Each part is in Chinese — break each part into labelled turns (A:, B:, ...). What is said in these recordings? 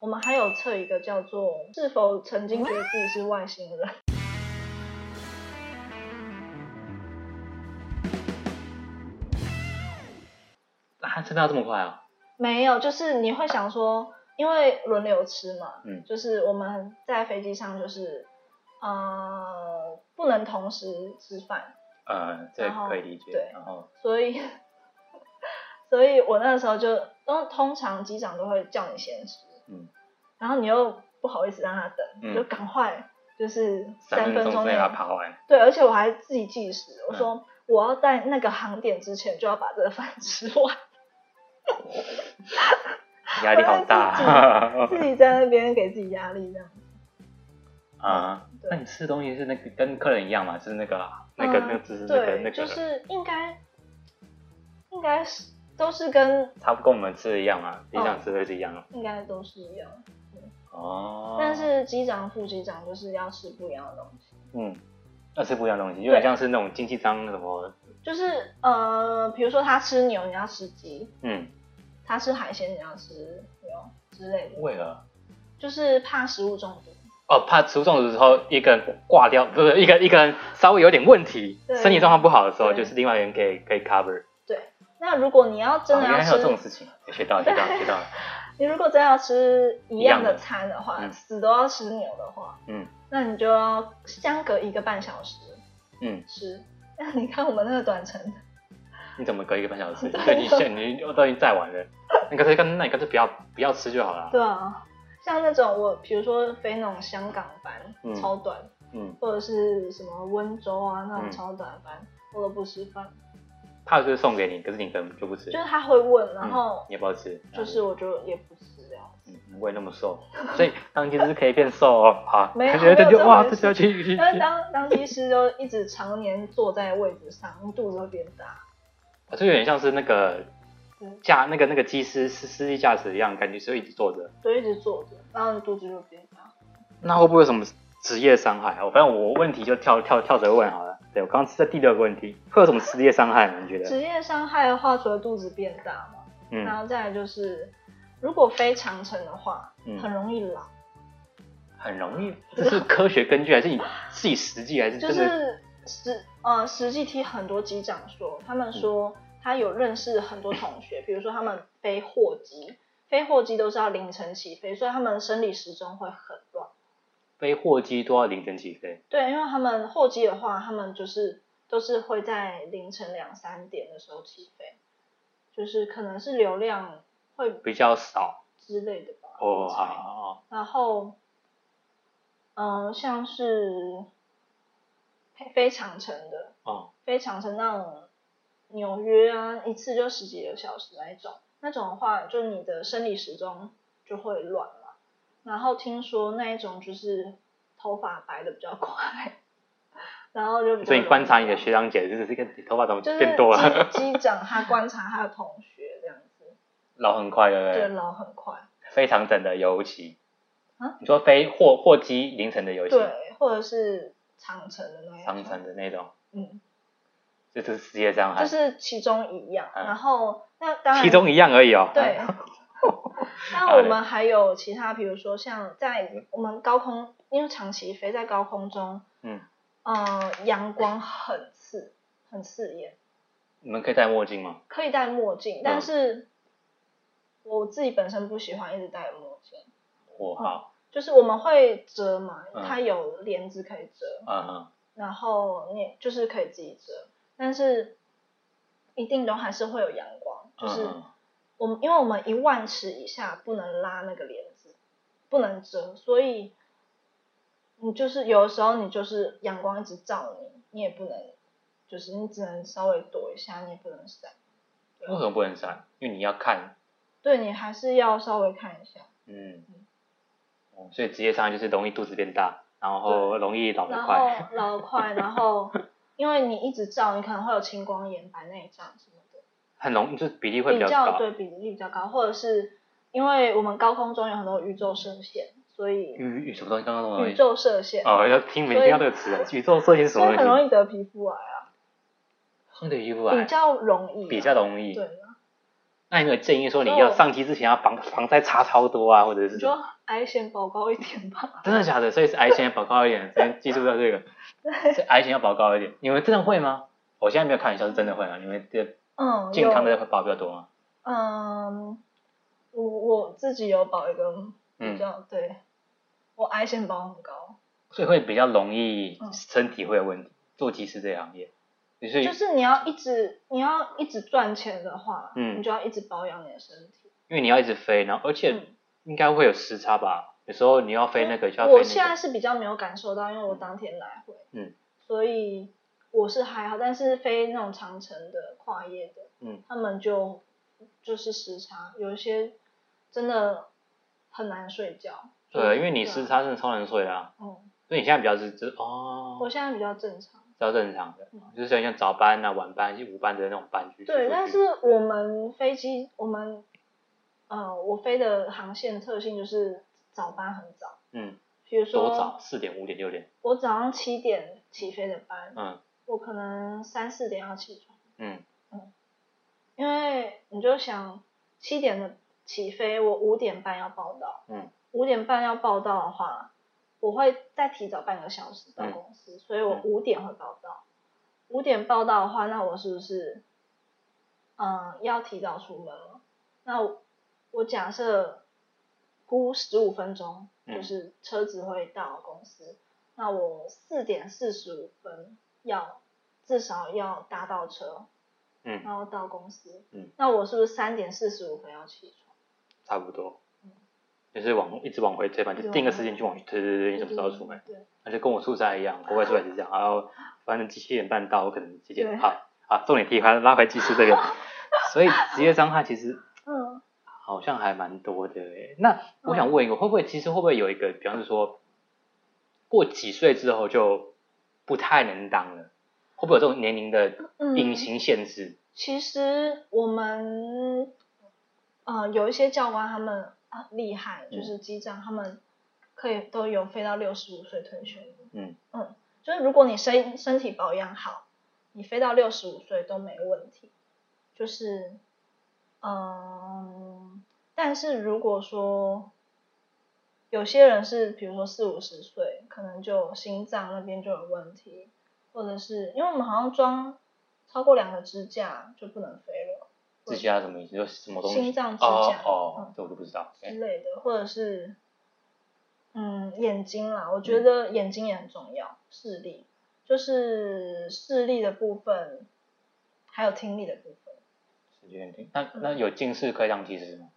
A: 我们还有测一个叫做“是否曾经觉得自己是外星人
B: 啊，真的要这么快啊？”，
A: 没有，就是你会想说，因为轮流吃嘛，
B: 嗯
A: 就是我们在飞机上就是，呃，不能同时吃饭，
B: 呃，这
A: 然后
B: 可以理解。
A: 对
B: 然后
A: 所以， 所以我那时候就，都通常机长都会叫你先吃，
B: 嗯，
A: 然后你又不好意思让他等，
B: 嗯
A: 就赶快就是
B: 三
A: 分
B: 分钟之
A: 内
B: 内把它爬完，
A: 对，而且我还自己计时，
B: 嗯
A: 我说、我要在那个航点之前就要把这个 饭吃完，
B: 压力好大
A: 自己在那边给自己压力这样。
B: 啊！
A: 对
B: 那你吃的东西是那个跟客人一样嘛？就是那个啊那个
A: 嗯
B: 那个姿势，那个
A: 对，
B: 那个
A: 就是应该应该是都是跟
B: 差不多跟我们吃的一样啊，理想
A: 嗯
B: 吃的是一样啊。
A: 应该都是一样，
B: 哦，
A: 但是机长副机长就是要吃不一样的东西，
B: 嗯，那是不一样的东西，有点像是那种经济舱什么，
A: 就是呃，比如说他吃牛，你要吃鸡；
B: 嗯，
A: 他吃海鲜，你要吃牛之类的，
B: 为何？
A: 就是怕食物中毒。
B: 哦，怕食物中毒的时候，一个人挂掉，不是一个一个人稍微有点问题，
A: 对
B: 身体状况不好的时候，
A: 对
B: 就是另外一个人可以可以 cover。
A: 那如果你要真
B: 哦
A: 的
B: 原
A: 要
B: 来还
A: 吃，
B: 有这种事情，学到了学到了学到了。
A: 你如果真要吃一样
B: 一样
A: 的
B: 的
A: 餐的话，
B: 嗯
A: 死都要吃牛的话，
B: 嗯，
A: 那你就要相隔一个半小时
B: 嗯，
A: 吃。 那你看我们那个短程，
B: 你怎么隔一个半小时？
A: 对啊
B: 对，你现你都已经在玩了，你干脆干，那你干脆不要不要吃就好了。
A: 对啊，像那种我比如说飞那种香港班、
B: 嗯
A: 超短，
B: 嗯，
A: 或者是什么温州啊那种
B: 嗯
A: 超短班，我都不吃饭，
B: 怕就是送给你，可是你可能就不吃
A: 就，是他会问，
B: 嗯
A: 然后
B: 你也不要吃，啊
A: 就是我就也不吃这样。
B: 嗯不会那么瘦， 所以当天是可以变瘦 哦。好，
A: 没有
B: 这
A: 没有
B: 这就
A: 这
B: 哇，
A: 回
B: 这
A: 事
B: 就要 去啊去
A: 但是
B: 去
A: 当当机师就一直常年坐在位置上，你肚子会变大。
B: 啊就有点像是那个
A: 嗯
B: 驾那个那个机师司司机驾驶一样，感觉就一直坐着。
A: 就一直坐着，然后你肚子就变大。
B: 那会不会有什么职业伤害啊？我反正我问题就跳跳跳着问好了。对我刚刚是在第六个问题，会有什么职业伤害啊吗？你觉得？
A: 职业伤害的话，除了肚子变大嘛，然
B: 嗯，
A: 后再来就是，如果飞长城的话，
B: 嗯
A: 很容易老，
B: 很容易，这是科学根据还是你自己实际还是
A: 就
B: 真的？
A: 是实呃实际听很多机长说，他们
B: 嗯
A: 说他有认识很多同 学，比如说他们飞货机，飞货机都是要凌晨起飞，所以他们生理时钟会很乱。
B: 飞货机都要凌晨起飞，
A: 对，因为他们货机的话，他们就是都是会在凌晨两三点的时候起飞，就是可能是流量会
B: 比较少
A: 之类的吧。
B: 哦。
A: 我
B: 好
A: 猜
B: 好，好
A: 然后，嗯、像是飞飞长城的，
B: 哦，
A: 飞长城那种纽约啊，一次就十几个小时那一种，那种的话，就你的生理时钟就会乱嘛。然后听说那一种就是头发白的比较快，然后就比较
B: 所以你观察你
A: 容易
B: 的
A: 老
B: 学长姐，真的是跟头发怎么
A: 就是
B: 变多了，
A: 机机长他观察他的同学这样子，
B: 老很快，对不
A: 对，
B: 对？
A: 老很快。
B: 非常整的尤其
A: 啊，
B: 你说飞货货机凌晨的尤其，
A: 对，或者是长城的那一种，
B: 长城的那种，
A: 嗯，
B: 这就是职业伤害
A: 这，是其中一样。
B: 嗯
A: 然后那当然，
B: 其中一样而已哦。
A: 对，那我们还有其他，比如说像在我们高空，因为长期飞在高空中，
B: 嗯，
A: 呃，阳光很刺，很刺眼，
B: 你们可以戴墨镜吗？
A: 可以戴墨
B: 嗯
A: 镜，但是我自己本身不喜欢一直戴墨镜。
B: 我好，
A: 就是我们会遮嘛，
B: 嗯
A: 它有帘子可以遮，
B: 嗯嗯，
A: 然后你就是可以自己遮，但是一定都还是会有阳光，就是
B: 嗯嗯
A: 我们因为我们一万尺以下不能拉那个帘子，不能遮，所以你就是有的时候你就是阳光一直照你，你也不能，就是你只能稍微躲一下，你也不能闪，
B: 为什么不能闪？因为你要看，
A: 对你还是要稍微看一下，
B: 嗯，哦所以职业伤害就是容易肚子变大，然后容易老得
A: 然
B: 快，
A: 后老得快，然 后因为你一直照，你可能会有青光眼、白内障什么的。
B: 很容易就是比例会比
A: 比
B: 较高。
A: 对比例比较高，或者是因为我们高空中有很多宇宙射线，所以
B: 宇宇什么东西？刚刚什么东
A: 宇
B: 西？
A: 宙射线，
B: 嗯哦，要听没
A: 所以
B: 听到这个词？宇宙射线是什
A: 所
B: 么
A: 以很
B: 东
A: 容
B: 西？
A: 易得皮肤癌啊，
B: 相对于不
A: 比
B: 来
A: 较容易啊、
B: 比较容易
A: 对。啊。
B: 那有没有建议说你要
A: 哦
B: 上机之前要防防晒擦超多啊，或者是
A: 你就矮险保高一点吧。
B: 真的假的？所以是癌前要保高一点，先记住到这个，是癌前要保高一点。你们真的会吗？我现在没有开玩笑，是真的会啊吗？你们的
A: 嗯，
B: 健康
A: 有
B: 的会保比较多啊吗？
A: 嗯，我我自己有保一个比
B: 嗯，
A: 较、对，我癌险保很高，
B: 所以会比较容易
A: 嗯
B: 身体会有问题。做技师这个行业，所以
A: 就是你要一直你要一直赚钱的话，
B: 嗯
A: 你就要一直保养你的身体。
B: 因为你要一直飞，然后而且
A: 嗯
B: 应该会有时差吧？有时候你要飞那个，就要
A: 哎我
B: 飞
A: 现
B: 那
A: 在
B: 个。
A: 是比较没有感受到，因为我当天来回，
B: 嗯，
A: 所以我是还好，但是飞那种长程的跨夜的，
B: 嗯，
A: 他们就就是时差，有一些真的很难睡觉。
B: 对，因为你
A: 对啊
B: 时差真的超难睡的啊，
A: 嗯，
B: 所以你现在比较是就是哦，
A: 我现在比较正常。
B: 比较正常的
A: 嗯，
B: 就是像早班啊、晚班、午班的那种班去。
A: 对，
B: 去
A: 但是我们飞机，我们，呃，我飞的航线特性就是早班很早，
B: 嗯，
A: 比如
B: 多早？
A: 说
B: 四点、五点、六点，
A: 我早上七点起飞的班，
B: 嗯
A: 我可能三四点要起床，
B: 嗯，
A: 因为你就想七点的起飞，我五点半要报到，
B: 嗯，
A: 五点半要报到的话，我会再提早半个小时到公司，所以我
B: 嗯
A: 五点会报到，五点报到的话，那我是不是，嗯、要提早出门了？那我我假设估十五分钟，
B: 嗯
A: 就是车子会到公司，那我四点四十五分要至少要搭到车，
B: 嗯
A: 然后到公司，
B: 嗯，
A: 那我是不是三点四十五分要起床？
B: 差不多，
A: 嗯
B: 就是往一直往回推嘛，就定个时间就往回推推推，你什么时候出门？？
A: 对，
B: 那就跟我出差一样，国外出差是这样，然后反正七点半到，我可能几点
A: 对
B: 好好，重点题还拉回技术这边，所以职业伤害其实
A: 嗯，
B: 好像还蛮多的诶。那我想问一个，会不会其实会不会有一个，比方是说，过几岁之后就不太能当了？会不会有这种年龄的
A: 嗯
B: 隐形限制？
A: 其实我们，呃，有一些教官他们很厉害，
B: 嗯
A: 就是机长他们可以都有飞到六十五岁退休。
B: 嗯
A: 嗯，就是如果你身身体保养好，你飞到六十五岁都没问题。就是，嗯，但是如果说有些人是，比如说四五十岁，可能就心脏那边就有问题，或者是因为我们好像装超过两个支架就不能飞了
B: 支架什么意思？就是什么东西？
A: 心脏支架
B: 哦哦
A: 嗯，
B: 这我就不知道。
A: 之
B: 哎
A: 类的，或者是嗯眼睛啦，我觉得眼睛也很重要，视力就是视力的部分，还有听力的部分。
B: 时间点那那有近视可以当技师吗？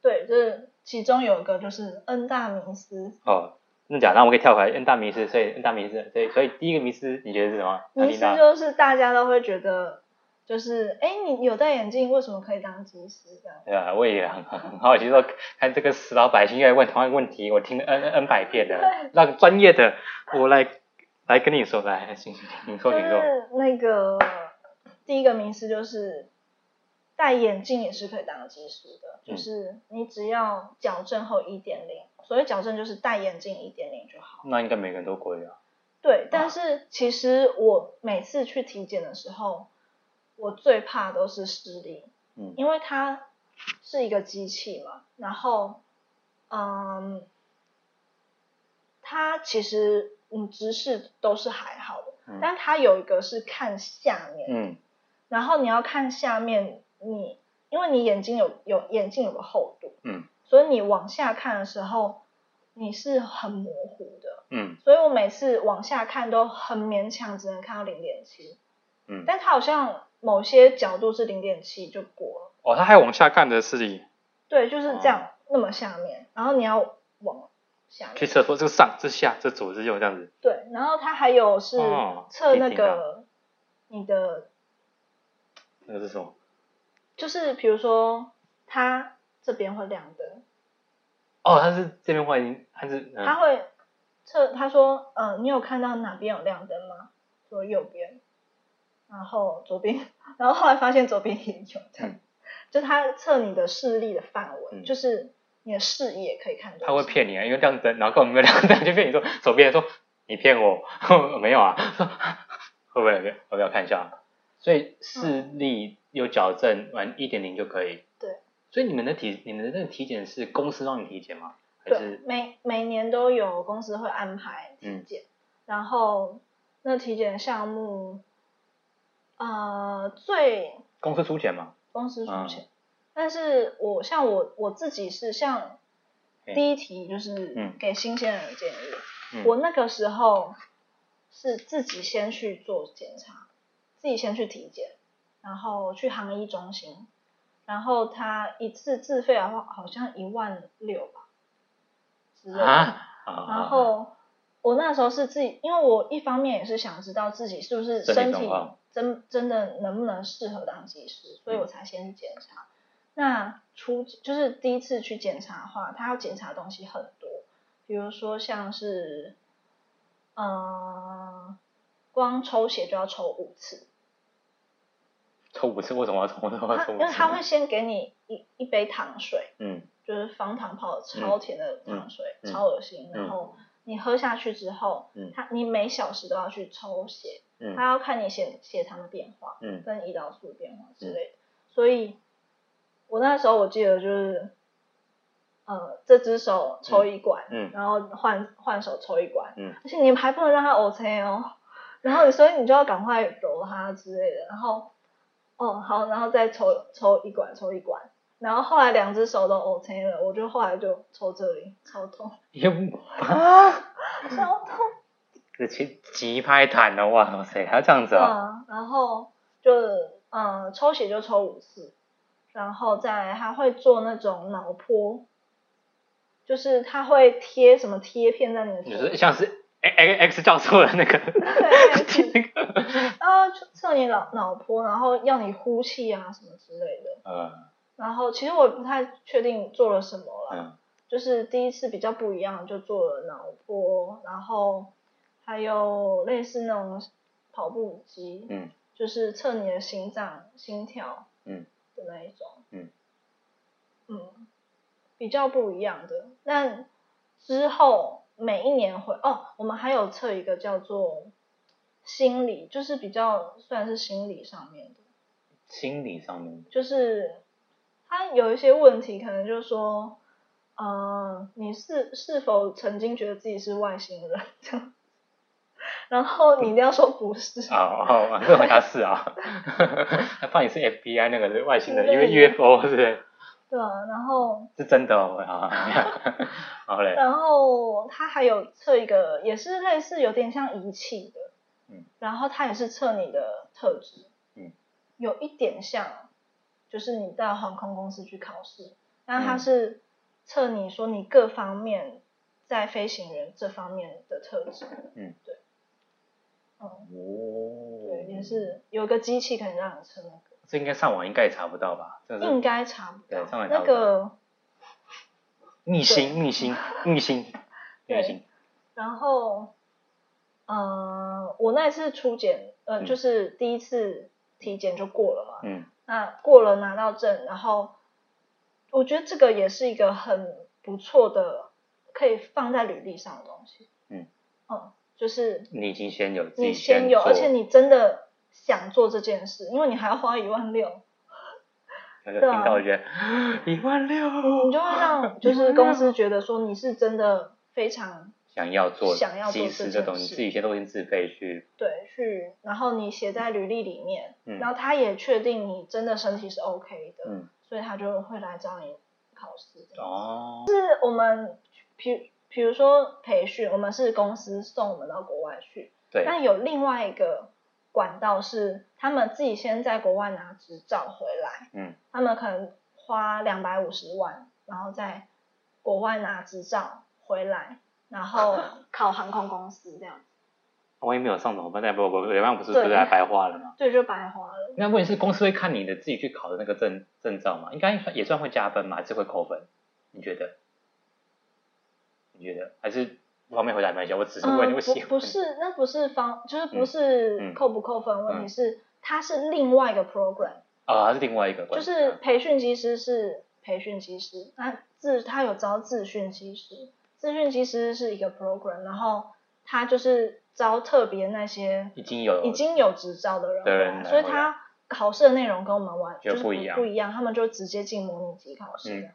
A: 对，就是其中有一个就是恩大迷思，
B: 哦，那假，那我们可以跳回来。N 大迷失，所以 N 大迷失，所以所以第一个迷失你觉得是什么？
A: 迷思
B: 阿琳达
A: 就是大家都会觉得，就是哎，诶你有戴眼镜，为什么可以当技师这样？
B: 对啊，我也很很很好奇说，看这个死老百姓又来问同样的问题，我听了 n n n 百遍了，让专业的我来来跟你说，来，行行行，你说
A: 就
B: 你说，
A: 是那个第一个迷思就是戴眼镜也是可以当技师的，
B: 嗯
A: 就是你只要矫正后一点零，所谓矫正就是戴眼镜一点零就好。
B: 那应该每个人都会啊，
A: 对，但是其实我每次去体检的时候，我最怕都是视力，
B: 嗯
A: 因为它是一个机器嘛，然后，嗯，它其实你直视都是还好的，
B: 嗯
A: 但它有一个是看下面，
B: 嗯
A: 然后你要看下面你，因为你眼睛有有眼镜有个厚度，
B: 嗯，
A: 所以你往下看的时候，你是很模糊的。
B: 嗯
A: 所以我每次往下看都很勉强，只能看到零点七，
B: 嗯，
A: 但它好像某些角度是零点七就过了，
B: 哦，他还往下看的视力，
A: 对，就是这样、那么下面，然后你要往下
B: 哦去
A: 面，
B: 厕所这个上这下这左这右这样子，
A: 对，然后它还有是
B: 哦
A: 测那
B: 提醒到
A: 个你的，
B: 那个是什么？
A: 就是比如说它这边会亮灯，
B: 哦，他是这边换音，他是
A: 它
B: 嗯
A: 会测，他说，嗯、你有看到哪边有亮灯吗？说右边，然后左边，然后后来发现左边也有，这样，
B: 嗯
A: 就他测你的视力的范围，
B: 嗯
A: 就是你的视野可以看到。
B: 他会骗你啊，因为亮灯，然后根本没有亮灯，就骗你说手边说你骗我，没有啊，说会不会？我要看一下啊。所以视力有矫正完一点零就可以，
A: 对，
B: 所以你们的体你们的那个体检是公司让你体检吗？还
A: 对
B: 是，嗯
A: 每每年都有公司会安排体检，然后那体检项目，呃，最
B: 公司出钱吗？
A: 公司出
B: 嗯
A: 钱，但是我像我我自己是像
B: 嘿
A: 第一题就是
B: 嗯
A: 给新鲜人的建议，
B: 嗯
A: 我那个时候是自己先去做检查，自己先去体检，然后去行医中心，然后他一次自费的话好像一万六吧之类的，
B: 啊，
A: 然
B: 然
A: 后我那时候是自己，因为我一方面也是想知道自己是不是
B: 身
A: 身
B: 体状
A: 体
B: 况
A: 真真的能不能适合当技师，所以我才先去检查。
B: 嗯
A: 那初就是第一次去检查的话，他要检查的东西很多，比如说像是，呃，光抽血就要抽五次，
B: 抽五次为什么要抽？为什么要
A: 他
B: 抽五
A: 因
B: 次？
A: 为他会先给你一一杯糖水，
B: 嗯
A: 就是防糖泡超甜的糖水，
B: 嗯嗯
A: 超恶心。
B: 嗯
A: 然后你喝下去之后，
B: 嗯
A: 它你每小时都要去抽血，
B: 嗯
A: 它要看你血血糖的变化
B: 嗯
A: 跟胰岛素的变化之类的。所以我那时候我记得就是，呃，这只手抽一管，
B: 嗯
A: 然后换换手抽一管，
B: 嗯
A: 而且你还不能让它 O C 哦，然后所以你就要赶快揉它之类的，然后哦好，然后再抽抽一管抽一管。然后后来两只手都 OK 了，我就后来就抽这里，超痛，
B: 因为 啊
A: 超痛
B: 这其急拍弹的，哇塞，还要这样子啊？
A: 啊！然后就呃抽血就抽五次，然后再来他会做那种脑波，就是他会贴什么贴片在你的头
B: 你是像是 X X 教授的那个
A: 对
B: 那个，
A: 然后测哦你脑脑波，然后要你呼气啊什么之类的。
B: 呃
A: 然后其实我也不太确定做了什么了，
B: 嗯
A: 就是第一次比较不一样，就做了脑波，然后还有类似那种跑步机，
B: 嗯
A: 就是测你的心脏心跳，
B: 嗯
A: 的那一种，
B: 嗯
A: 嗯比较不一样的。那之后每一年会哦，我们还有测一个叫做心理，就是比较算是心理上面的。
B: 心理上面
A: 就是他有一些问题，可能就是说，呃，你是是否曾经觉得自己是外星人 这样？然后你一定要说不是，
B: 啊哦， 这回答是啊，他怕你是 FBI 那个外星人，
A: 对
B: 因为 UFO 是不是
A: 对啊。然后，
B: 是真的哦啊， 好嘞，
A: 然后他还有测一个，也是类似有点像仪器的，
B: 嗯，
A: 然后他也是测你的特质，
B: 嗯，
A: 有一点像，就是你到航空公司去考试，那他
B: 嗯
A: 是测你说你各方面在飞行员这方面的特质，
B: 嗯，
A: 对，嗯。
B: 哦
A: 对，也是有个机器可以让你测那个，
B: 这应该上网应该也查不到吧？真的是
A: 应该查不到
B: 对上网查
A: 那
B: 不到
A: 个。
B: 逆星逆 星逆星逆星，
A: 然后，呃，我那一次初检，呃，
B: 嗯
A: 就是第一次体检就过了嘛。
B: 嗯
A: 那过了拿到证，然后我觉得这个也是一个很不错的，可以放在履历上的东西。
B: 嗯
A: 嗯，就是
B: 你已经先有自己
A: 你先有，
B: 做
A: 而且你真的想做这件事，因为你还要花一万六。
B: 我就
A: 对啊
B: 听到我觉得 一万六，
A: 你就会 让就是公司觉得说你是真的非常
B: 想要做
A: 想要做
B: 其
A: 这
B: 实
A: 件
B: 这种你
A: 事
B: 自己先都已经自费去，
A: 对去，然后你写在履历里面，
B: 嗯
A: 然后他也确定你真的身体是 OK 的，
B: 嗯
A: 所以他就会来找你考试。
B: 哦，
A: 就是我们比比如说培训，我们是公司送我们到国外去，
B: 对，
A: 但有另外一个管道是他们自己先在国外拿执照回来，
B: 嗯
A: 他们可能花两百五十万，然后在国外拿执照回来，然 后考航空公司这样，
B: 我也没有上怎么办？但不不不，两万不是不
A: 对
B: 是来白花了吗？
A: 对，就白花了。
B: 那问题是公司会看你的自己去考的那个证证照嘛？应该算也算会加分嘛，还是会扣分？你觉得？你觉得还是不方便回答没关系，我只是问
A: 嗯，
B: 我
A: 不
B: 喜欢。
A: 不是，那不是方，就是不
B: 嗯
A: 是
B: 嗯
A: 扣不扣分的问题，
B: 嗯
A: 是它是另外一个 program，
B: 啊，它是另外一个啊
A: 就
B: 关系，
A: 是培训机师是培训机师，那自他有招自训机师，自训机师是一个 program，然后他就是招特别那些
B: 已经有
A: 已经有执照的人回
B: 的
A: 来，
B: 人来
A: 所以
B: 回来
A: 他考试的内容跟我们完
B: 就
A: 就是
B: 不一样
A: 不一样，他们就直接进模拟机考试
B: 嗯
A: 这样。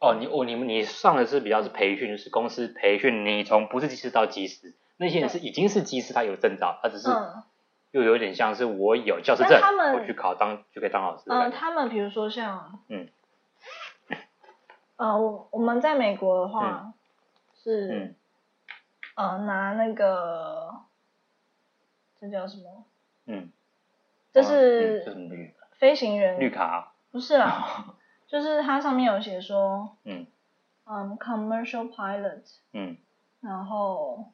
B: 哦，你哦你们你上的是比较是培训，就是公司培训你从不是技师到技师，那些人是已经是技师，他有证照，他只是
A: 嗯
B: 又有点像是我有教师证
A: 但他，们
B: 我去考当就可以当老师的
A: 嗯，
B: 感觉。
A: 他们比如说像，
B: 嗯，
A: 呃，我我们在美国的话、是，
B: 嗯
A: 呃，拿那个这叫什么？
B: 嗯，
A: 这
B: 嗯就是
A: 是
B: 绿
A: 飞行员、
B: 绿卡，啊
A: 不是啦，就是它上面有写说，
B: 嗯
A: 嗯，commercial pilot，
B: 嗯
A: 然后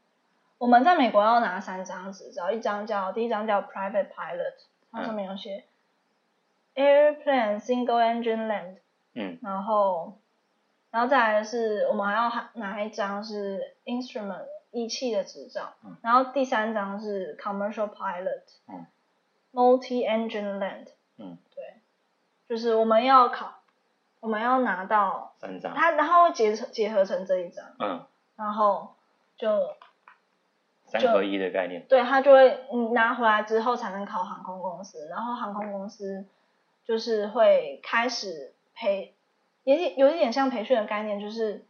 A: 我们在美国要拿三张执照，一张叫第一张叫 private pilot，它上面有写、airplane single engine land，
B: 嗯
A: 然后，然后再来是我们还要拿一张是 instrument 仪器的执照，
B: 嗯
A: 然后第三张是 commercial pilot，
B: 嗯
A: m u l t i engine land，
B: 嗯，
A: 对，就是我们要考，我们要拿到
B: 三张，
A: 它，然后会结成结合成这一张，
B: 嗯，
A: 然后就
B: 三
A: 就
B: 合一的概念，
A: 对他就会你拿回来之后才能考航空公司，然后航空公司就是会开始培，也有一点像培训的概念，就是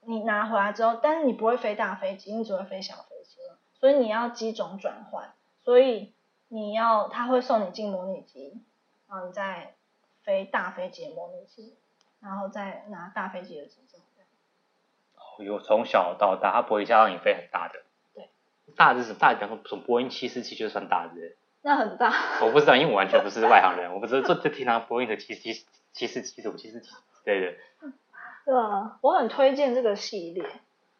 A: 你拿回来之后，但是你不会飞大飞机，你只会飞小飞机，所以你要机种转换，所以你要他会送你进模拟机，然后你再飞大飞机的模拟机，然后再拿大飞机的执照。
B: 哦有从小到大，它不会一下让你飞很大的，
A: 对，
B: 大的是什么大的，比方说什么波音七四七就算大的，
A: 那很大，
B: 我不知道，因为我完全不是外行人，我不知道这这平常波音的七七七四七什么七四七，对对，
A: 对啊，我很推荐这个系列，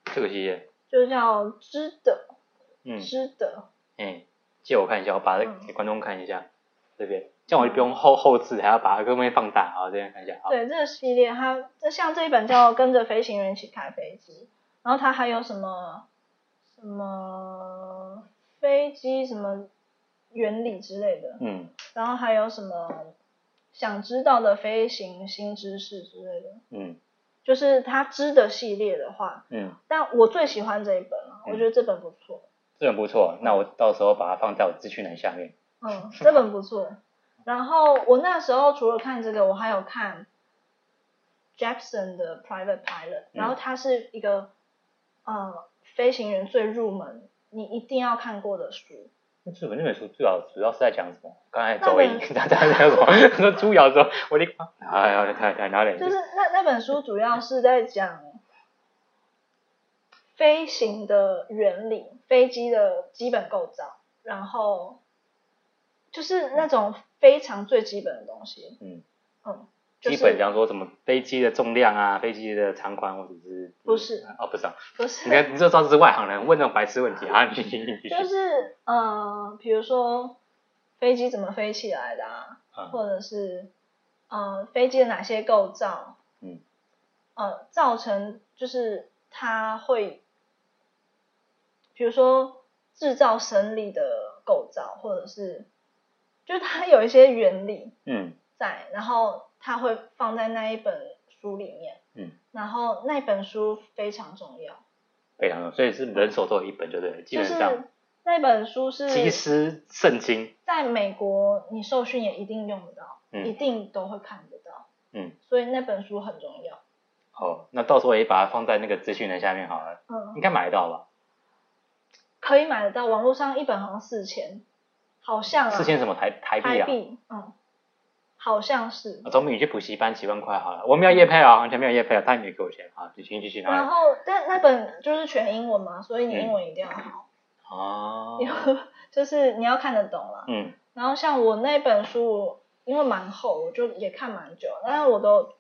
B: 这个系列，
A: 就叫知的。
B: 嗯
A: 知的，
B: 嗯，借我看一下，我把它
A: 嗯
B: 给观众看一下，这边，这样我就不用后后置，还要把它各面放大，好，这边看一下，好，
A: 对这个系列它，这像这一本叫《跟着飞行员一起开飞机》，然后它还有什么什么飞机什么原理之类的，
B: 嗯
A: 然后还有什么想知道的飞行新知识之类的，
B: 嗯
A: 就是它知的系列的话，
B: 嗯，
A: 但我最喜欢这一本了，
B: 嗯
A: 我觉得这本不错，
B: 这很不错，那我到时候把它放在我资讯栏下面，
A: 嗯，这本不错。然后我那时候除了看这个，我还有看 Jackson 的 Private Pilot，然
B: 嗯
A: 后它是一个、呃飞行员最入门，你一定要看过的书。
B: 那这本那本书主要主要是在讲什么？刚才
A: 那
B: 走音，
A: 本
B: 大家在讲什么？ 说猪咬说，我的妈！哎呀，太太哪里？
A: 就是那那本书主要是在讲飞行的原理、飞机的基本构造，然后就是那种非常最基本的东西。
B: 嗯
A: 嗯，就是、
B: 基本讲说什么飞机的重量啊，飞机的长宽，或者是
A: 不是
B: 哦，不是啊，
A: 不是
B: 你看你这招是外行人问那种白痴问题啊，你继续你继续
A: 就，是呃，比如说飞机怎么飞起来的啊，
B: 嗯
A: 或者是呃飞机的哪些构造，
B: 嗯，
A: 呃，造成就是它会，比如说制造升力的构造，或者是就是它有一些原理，
B: 嗯
A: 在，然后它会放在那一本书里面，
B: 嗯，
A: 然后那本书非常重要，
B: 非常好，所以是人手都有一本，就对了，基
A: 就
B: 本
A: 是
B: 上
A: 那本书是
B: 集思圣经，
A: 在美国，你受训也一定用得到，一
B: 嗯
A: 定都会看得到，
B: 嗯，
A: 所以那本书很重要。
B: 好，那到时候也把它放在那个资讯栏下面好了，
A: 嗯，
B: 应该买得到吧？
A: 可以买得到，网络上一本好像四千，好像啊，
B: 四千什么台台币
A: 台
B: 啊？
A: 币，嗯，好像是
B: 啊。总比你去补习班几万块好了，我没有业配啊，完全没有业配啊，他也没给我钱啊，继续继续
A: 然
B: 拿。
A: 后，但那本就是全英文嘛，所以你
B: 嗯
A: 英文一定要好，
B: 哦，
A: 因为 就是你要看得懂啦。
B: 嗯
A: 然后像我那本书，因为蛮厚，我就也看蛮久，但是我都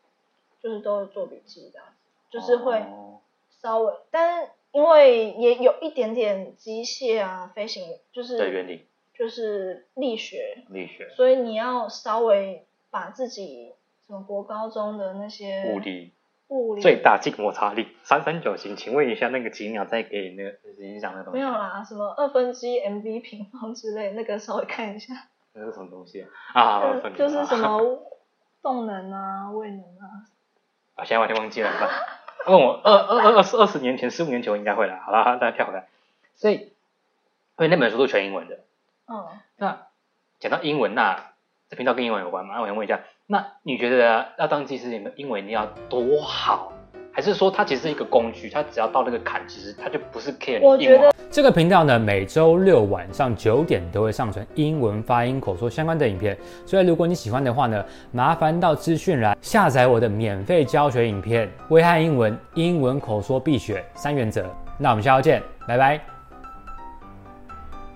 A: 就是都有做笔记的， 就是会。
B: 哦
A: 稍微，但是因为也有一点点机械啊，飞行就
B: 对
A: 是
B: 原理
A: 就是力学，
B: 力学。
A: 所以你要稍微把自己什么国高中的那些
B: 物理
A: 物理
B: 最大静摩擦力三三九型，请问一下那个几秒再给那个影响那东西？
A: 没有啦，什么二分之一 mv 平方之类，那个稍微看一下，
B: 那是什么东西啊？啊， 我
A: 就
B: 分
A: 是就
B: 不出
A: 是
B: 来
A: 什么动能啊、 位能啊，
B: 啊，现在完全忘记了，怎么办问我二二二二十二十年前、十五年前我应该会来，好啦，大家跳回来。所以，所以那本书都全英文的。
A: 嗯，
B: 那讲到英文，那
A: 这频道跟英文有关吗？那我想问一下，那你觉得要当技师，你们英文一定要多好，还是说它其实是一个工具，它只要到那个坎，其实它就不是 care
C: 我
A: 你英
C: 觉
A: 文
C: 得
B: 这个频道呢，每周六晚上九点都会上传英文发音口说相关的影片，所以如果你喜欢的话呢，麻烦到资讯栏下载我的免费教学影片《危害英文：英文口说必学三原则》。那我们下周见，拜拜。